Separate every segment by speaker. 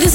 Speaker 1: this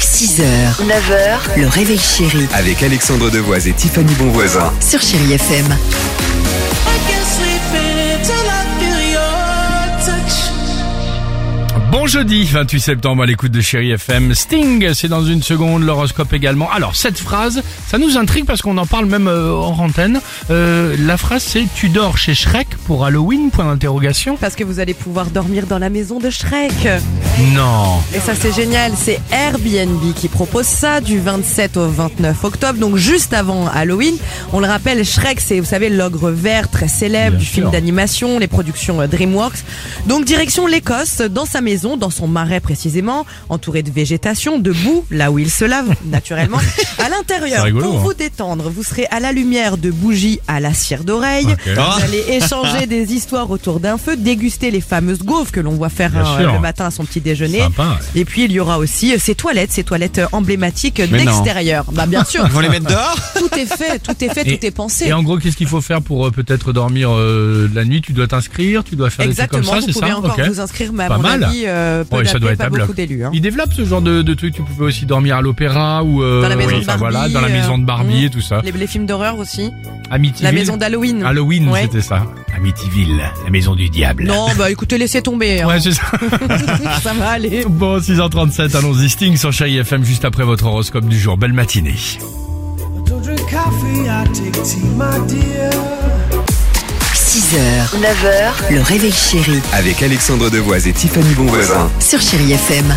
Speaker 2: 6h, 9h, le réveil chéri
Speaker 3: avec Alexandre Devoise et Tiffany Bonvoisin.
Speaker 2: sur Chérie FM.
Speaker 4: Bon jeudi 28 septembre à l'écoute de Chéri FM. Sting, c'est dans une seconde, l'horoscope également. Alors, cette phrase, ça nous intrigue parce qu'on en parle même euh, hors antenne. Euh, la phrase, c'est Tu dors chez Shrek pour Halloween Point d'interrogation.
Speaker 5: Parce que vous allez pouvoir dormir dans la maison de Shrek.
Speaker 4: Non.
Speaker 5: Et ça c'est génial, c'est Airbnb qui propose ça du 27 au 29 octobre, donc juste avant Halloween. On le rappelle, Shrek c'est vous savez l'ogre vert très célèbre
Speaker 4: Bien
Speaker 5: du
Speaker 4: sûr.
Speaker 5: film d'animation, les productions euh, DreamWorks. Donc direction l'Écosse, dans sa maison, dans son marais précisément, entouré de végétation, de boue, là où il se lave naturellement. À l'intérieur,
Speaker 4: C'est rigolo,
Speaker 5: pour
Speaker 4: hein.
Speaker 5: vous détendre, vous serez à la lumière de bougies à la cire d'oreille.
Speaker 4: Ok. Ah,
Speaker 5: Vous allez échanger des histoires autour d'un feu, déguster les fameuses gaufres que l'on voit faire
Speaker 4: Bien
Speaker 5: hein,
Speaker 4: sûr.
Speaker 5: le matin à son petit déjeuner.
Speaker 4: Sympa, ouais.
Speaker 5: Et puis il y aura aussi euh, ces toilettes, ces toilettes euh, emblématiques euh,
Speaker 6: Mais non.
Speaker 5: d'extérieur. Bah bien sûr,
Speaker 6: Ils vont les mettre dehors
Speaker 5: tout est fait, tout est fait,
Speaker 4: Et-
Speaker 5: tout est pensé.
Speaker 4: Et en gros, qu'est-ce qu'il faut faire pour euh, peut-être dormir euh, la nuit Tu dois t'inscrire, tu dois faire des
Speaker 5: Exactement,
Speaker 4: trucs comme ça,
Speaker 5: vous
Speaker 4: c'est
Speaker 5: pouvez
Speaker 4: ça
Speaker 5: encore
Speaker 4: Ok.
Speaker 5: vous inscrire, mais à
Speaker 4: Pas
Speaker 5: mon
Speaker 4: mal.
Speaker 5: avis, euh, peu
Speaker 4: Ouais, ça
Speaker 5: d'appels,
Speaker 4: doit être
Speaker 5: pas
Speaker 4: à bloc.
Speaker 5: beaucoup d'élus. hein.
Speaker 4: Il développe ce genre de, de trucs. Tu pouvais aussi dormir à l'opéra ou euh,
Speaker 5: Dans la maison
Speaker 4: oui,
Speaker 5: de
Speaker 4: enfin,
Speaker 5: Barbie,
Speaker 4: voilà, dans la maison de
Speaker 5: euh,
Speaker 4: Barbie
Speaker 5: mm.
Speaker 4: et tout ça.
Speaker 5: Les, les films d'horreur aussi,
Speaker 4: Amityville.
Speaker 5: la maison d'Halloween.
Speaker 4: Halloween,
Speaker 5: Ouais.
Speaker 4: c'était ça. Amityville, la maison du diable.
Speaker 5: Non, bah écoutez, laissez tomber. hein.
Speaker 4: Ouais, c'est ça.
Speaker 5: ça va aller.
Speaker 4: Bon, 6h37, allons-y Sting sur Chéri FM juste après votre horoscope du jour. Belle matinée.
Speaker 7: Don't drink coffee, I take tea, my dear.
Speaker 2: 6h, 9h, le réveil chéri
Speaker 3: Avec Alexandre Devoise et Tiffany Bonvoisin.
Speaker 2: sur Chérie FM.